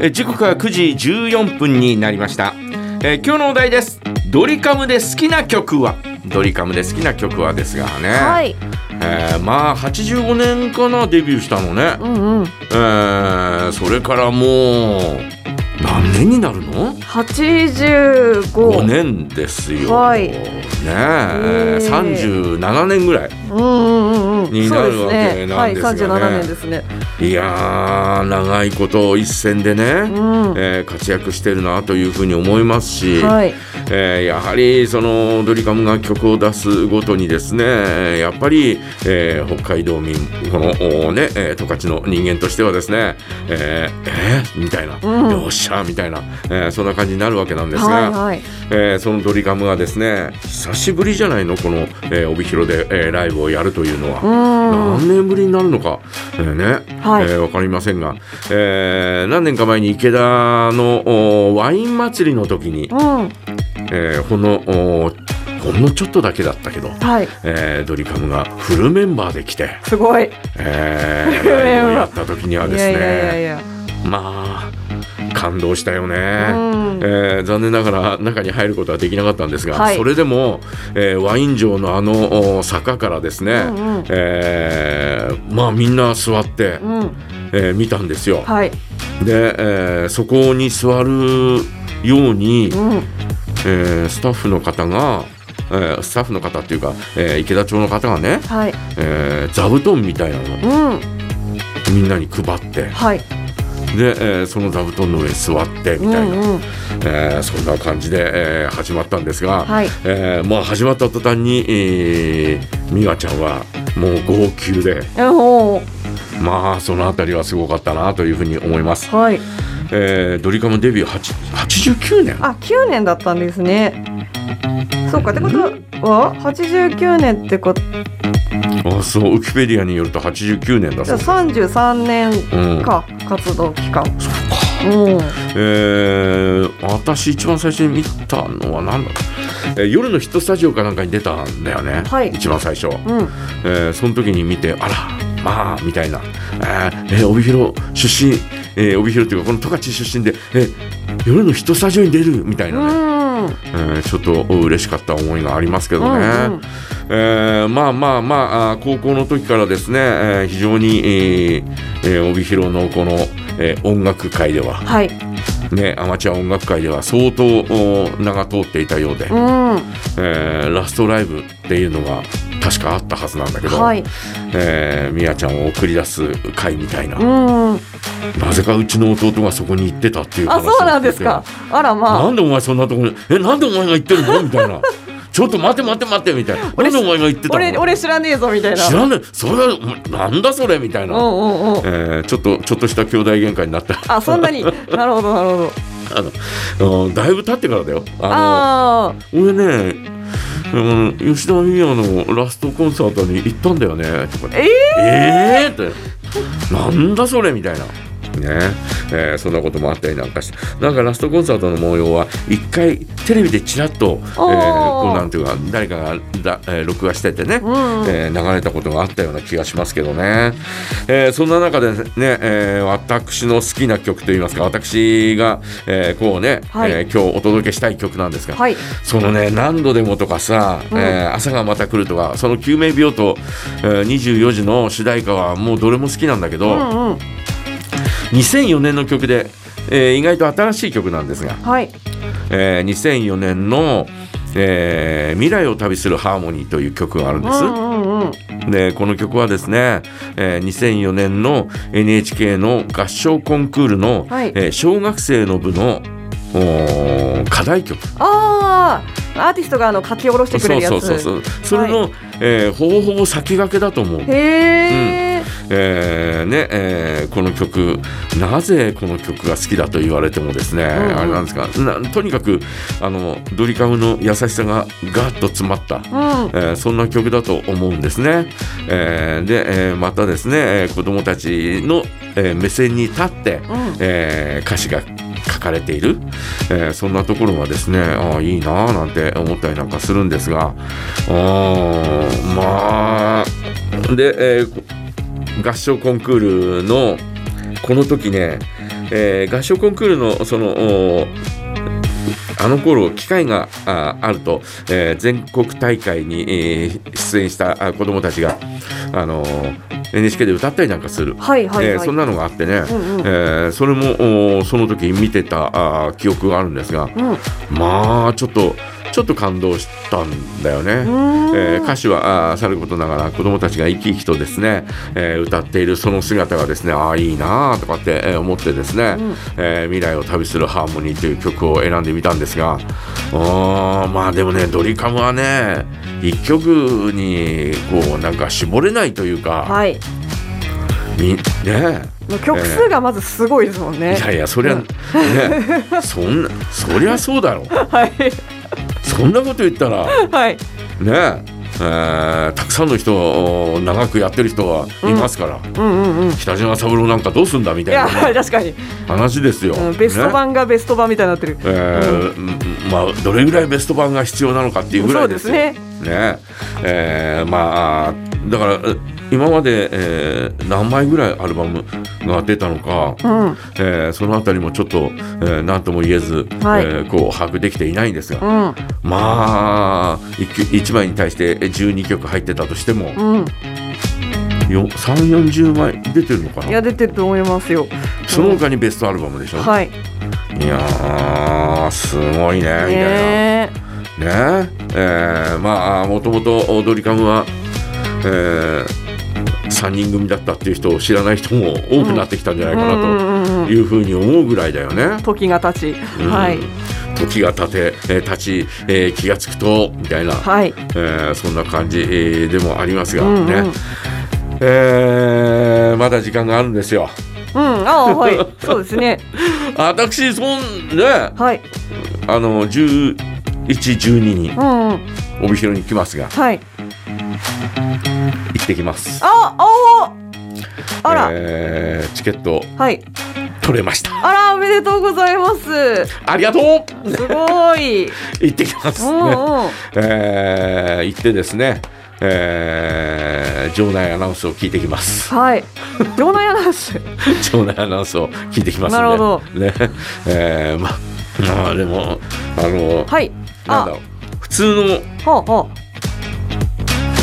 え時刻は9時14分になりました、えー今日のお題ですドリカムで好きな曲はドリカムで好きな曲はですがね、はい。えーまあ85年かなデビューしたのね、うんうえん。ーそれからもう何年になるの八十5。五年ですよ、はいねえへー37年ぐらいうんうんうんうん。になるわけなんですよねそうですねはい、37年ですね。いやー長いこと一戦でね、うん。えー活躍してるなというふうに思いますし、はい。えーやはりそのドリカムが曲を出すごとにですねやっぱり、えー北海道民このおねえー十勝の人間としてはですねえーえーみたいな、うんよっしゃみたいな、えーそんな感じになるわけなんですが、はいはい。えーそのドリカムがですね久しぶりじゃないのこの、えー帯広で、えーライブをやるというのは。うん。何年ぶりになるのか、えーね、はいえーわかりませんが、えー何年か前に池田のおワイン祭りの時に、うん。えーほんのおほんのちょっとだけだったけど、はい。えードリカムがフルメンバーで来て、すごい。いえーフルメンバーライブをやった時にはですやねいやいやいや。まあ感動したよね、んえー残念ながら中に入ることはできなかったんですが、はいそれでも、えーワイン場のあのお坂からですね、うんうんえーまあみんな座って、うん。えー見たんですよ。はい。で、えーそこに座るように、うん。えースタッフの方が、えースタッフの方っていうか、えー池田町の方がね、はい。えー座布団みたいなのをうん。みんなに配ってはい。で、えーその座布団の上に座ってみたいな、うんうん。えーそんな感じで、えー始まったんですが、はいえーまあ、始まった途端に、えー美和ちゃんはもう号泣でえおーまあその辺りはすごかったなというふうに思います、はい。えードリカムデビュー8 89年あ、九年だったんですね。そうかってことは89年ってことあそうウィキペディアによると89年だじそゃうあです、 33年うん、か、活動期間そうかうんえー私一番最初に見たのは何だろう、えー夜のヒットスタジオかなんかに出たんだよね、はい一番最初、うんえーその時に見てあらまあみたいな、えーえー帯広出身、えー帯広っていうかこの十勝出身で、えー夜のヒットスタジオに出るみたいうなね、んうんえーちょっと嬉しかった思いがありますけどね、うんえーまあまあまああー高校の時からですね、えー非常に、えーえー帯広のこの、えー音楽界でははいね、アマチュア音楽界では相当お名が通っていたようで、うんえーラストライブっていうのが確かあったはずなんだけど、はいえーミヤちゃんを送り出す会みたいな、うんなぜかうちの弟がそこに行ってたっていう話あをそうなんですかあらまなあんでお前そんなとこにえなんでお前が行ってるのみたいな ちょっと待って待って待ってみたいななんでお前が行ってた俺の俺知らねえぞみたいな知らないそれはお前なんだそれみたいうんな、うんうんえーちょっとちょっとした兄弟喧嘩になった あそんなになるほどなるほどあのうんだいぶ経ってからだよあのあ俺ね、うん、吉田美也のラストコンサートに行ったんだよねとかええー、ってなんだそれみたいな。ねえーそんなこともあったりなんかしてなんかラストコンサートの模様は一回テレビでちらっと、えーおーこうなんていうか誰かがだ、えー録画しててね、うんえー流れたことがあったような気がしますけどね、えーそんな中でね、えー私の好きな曲といいますか私が、えーこうね、はいえー今日お届けしたい曲なんですが、あはいそのね何度でもとかさ、うんえー朝がまた来るとかその救命病と、えー24時の主題歌はもうどれも好きなんだけうど、んうん2004年の曲で、えー意外と新しい曲なんですが、はいえー2004年の、えー未来を旅するハーモニー」という曲があるんうです。んうんうんでこの曲はですね、えー2004年の NHK の合唱コンクールの、はいえー小学生の部のおー課題曲ああアーティストがあの書き下ろしてくれるやつそうそうそうそうそれの、えーほぼほぼ先駆けだと思う、へええーねえーこの曲なぜこの曲が好きだと言われてもですね、んうんあれなんですかなとにかくあのドリカムの優しさがガッと詰まったうんえーそんな曲だと思うんですね。えーで、えーまたですね、えー子供たちの、えー目線に立って、うんえー歌詞が書かれている、えーそんなところはですね、ああ、いいなあなんて思ったりなんかするんですが、あーまあ、で、えーこ合唱コンクールのこの時ね、えー合唱コンクールのそのおあの頃機会がああると、えー全国大会に、えー出演したあ子どもたちが、あのー NHK で歌ったりなんかする、はいはいえーはい。そんなのがあってね、うんうんえーそれもおその時見てたあ記憶があるんですがうん。うまあちょっとちょっと感動したんだよね。ーんえー歌手はあーさることながら子どもたちが生き生きとですね、えー歌っているその姿がですねああいいなあとかってえー思ってですね、うんえー未来を旅するハーモニー」という曲を選んでみたんですがあーまあでもねドリカムはね一曲にこうなんか絞れないというか、はい。みねえもう曲数がまずすごいですもんね。いやいやそりゃ、うねんそんなそりゃそうだろはい そんなこと言ったらはい。ねええーたくさんの人を長くやってる人はいますから、うんうんうん。い北島三郎なんかどうすんだみたいやなね確かに、話ですよ。うん、ベストね版がベスト版みたいになってる。えーうんまあ、どれぐらいベスト版が必要なのかっていうぐらいですよそうでねえーまあだからえ今まで、えー何枚ぐらいアルバムが出たのか、うんえーそのあたりもちょっと、えー何とも言えず、はいえーこう把握できていないんですが、うんまあ 1, 枚に対して12曲入ってたとしても、うん。よ3 4 0枚出てるのかいなや出てると思いますよ。その他にベストアルバムでしょ、はい。いやーすごいねみたいなねねえーまあもともとドリカムは、え3人組だったっていう人を知らない人も多くなってきたんじゃなえ。いうかんうなんうんとうん。いうふうに思うぐらいだよね。時が経ち。うんはい時が経て、えー経ち、えー気がつくとみたいな、はい。えーそんな感じ、えーでもありますがうね、んうん。えーまだ時間があるんですよ。うん、あ あ、はい、そうですね。私そんねはい、あの1112にうん、うん、帯広に来ますがはい。行ってきます。あ、あお。あら、えーチケットはい。取れました。 あら、おめでとうございます。すありがとう。ご い。行ってきます、うねん、うん。えー行ってですね、えー場内アナウンスを聞いてき ます。はい。場内アナウンス。場内アナウンスを聞いてきますんで。なるほどね、えーま まあでもあの、はい。なんだあろ、う普通のほうほ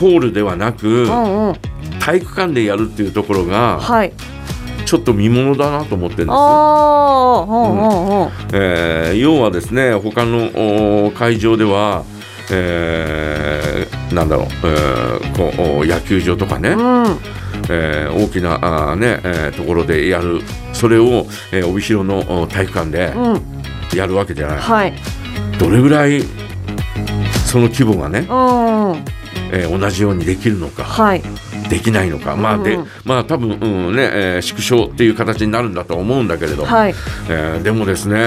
ホールではなくう。うんうん。体育館でやるっていうところがはい。ちょっと見ものだなと思ってるんです。ああ、ほうほうほえー要はですね他のお会場では、えーなんだろう、えーこうお野球場とかね、う。うん。えー大きなあー、ねえーところでやるそれを、えー帯広のお体育館でうん。やるわけじゃない、はい。どれぐらいその規模がねう、んうん。えー同じようにできるのかはい。できないのかまあで、うんまあ多分、うんねえー縮小っていう形になるんだと思うんだけれど、はい。えーでもですね、え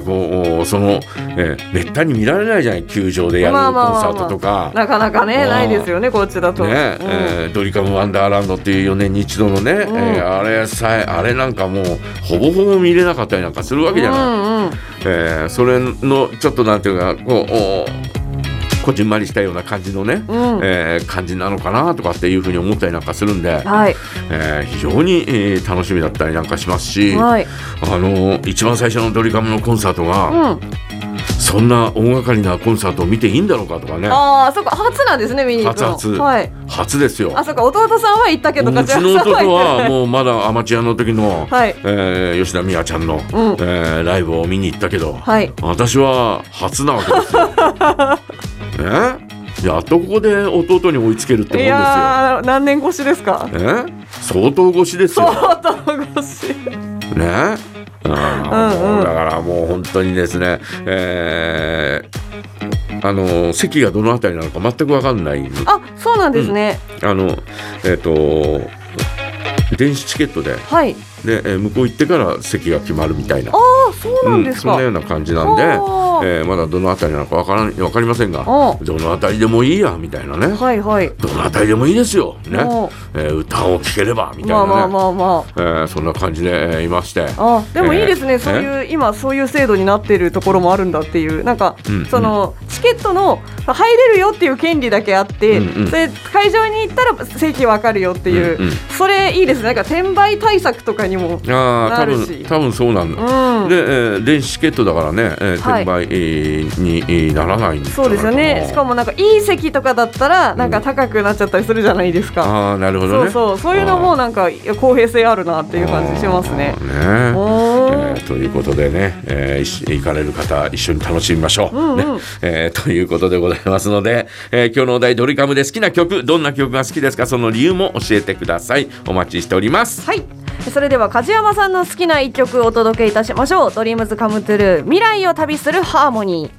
ーこうその、えーめったに見られないじゃない球場でやるコまあンまあまあサートとか。なかなかね、うんないですよね、こっちだと。ねえうんードリカムワンダーランドっていう4年に一度のね、んえーあれさえあれなんかもうほぼほぼ見れなかったりなんかするわけじゃない、うんうん。えーそれのちょっとなんていうかこうおこじんまりしたような感じのね、うんえー感じなのかなとかっていうふうに思ったりなんかするんで、はい。えー非常に、えー楽しみだったりなんかしますし、はい。あの一番最初のドリカムのコンサートが、うん。そんな大掛かりなコンサートを見ていいんだろうかとかねああ、そこ初なんですね、見に行くの。初初はい。初ですよあ、そっか、弟さんは行ったけど、うちのさん弟行ってなはいもうまだアマチュアの時の、はいえー吉田美和ちゃんの、んえーライブを見に行ったけど、はい私は初なわけです よ。ねやっとここで弟に追いつけるってもんいですよ。やー、何年越しですか。ね相当越しですよ。相当越し。ね。あーうんうんもうだからもう本当にですね、えーあの席がどのあたりなのか全く分かんないああ、そうなんですね。のえっ、と電子チケットではい。で、えー向こう行ってから席が決まるみたいなああ、そうなんですそんか。なような感じなんで、おおーえーまだどの辺りなのかわからんわかりませんがおどの辺りでもいいやみたいなねはいはい。どの辺りでもいいですよ、ねおえー歌を聴ければみたいまあまなあねまあまあ。えーそんな感じでえーいまして。あでもいいですね、えーそういう今、そういう制度になっているところもあるんだっていう、なんか、うんそのチケットの入れるよっていう権利だけあって、うんうんそれ会場に行ったら席分かるよっていう、うんうんそれいいですね、なんか転売対策とかにも、ああな多るし分多分そうなんだ、うん、で、えー電子チケットだからね、えーはい転売えーにえーならないんじゃないかなそうですよね、しかもなんかいい席とかだったら、なんか高くなっちゃったりするじゃないですか、ああなるほどそうねそう、そういうのもなんかいや公平性あるなっていう感じしますね。あーねおえーーということでね、えー一緒に行かれる方一緒に楽しみましょう。うんうんねえーということでございますので、えー今日のお題ドリカムで好きな曲どんな曲が好きですかその理由も教えてくださいお待ちしております。はい。それでは梶山さんの好きな一曲をお届けいたしましょう。ドリームズカムトゥルー未来を旅するハーモニー。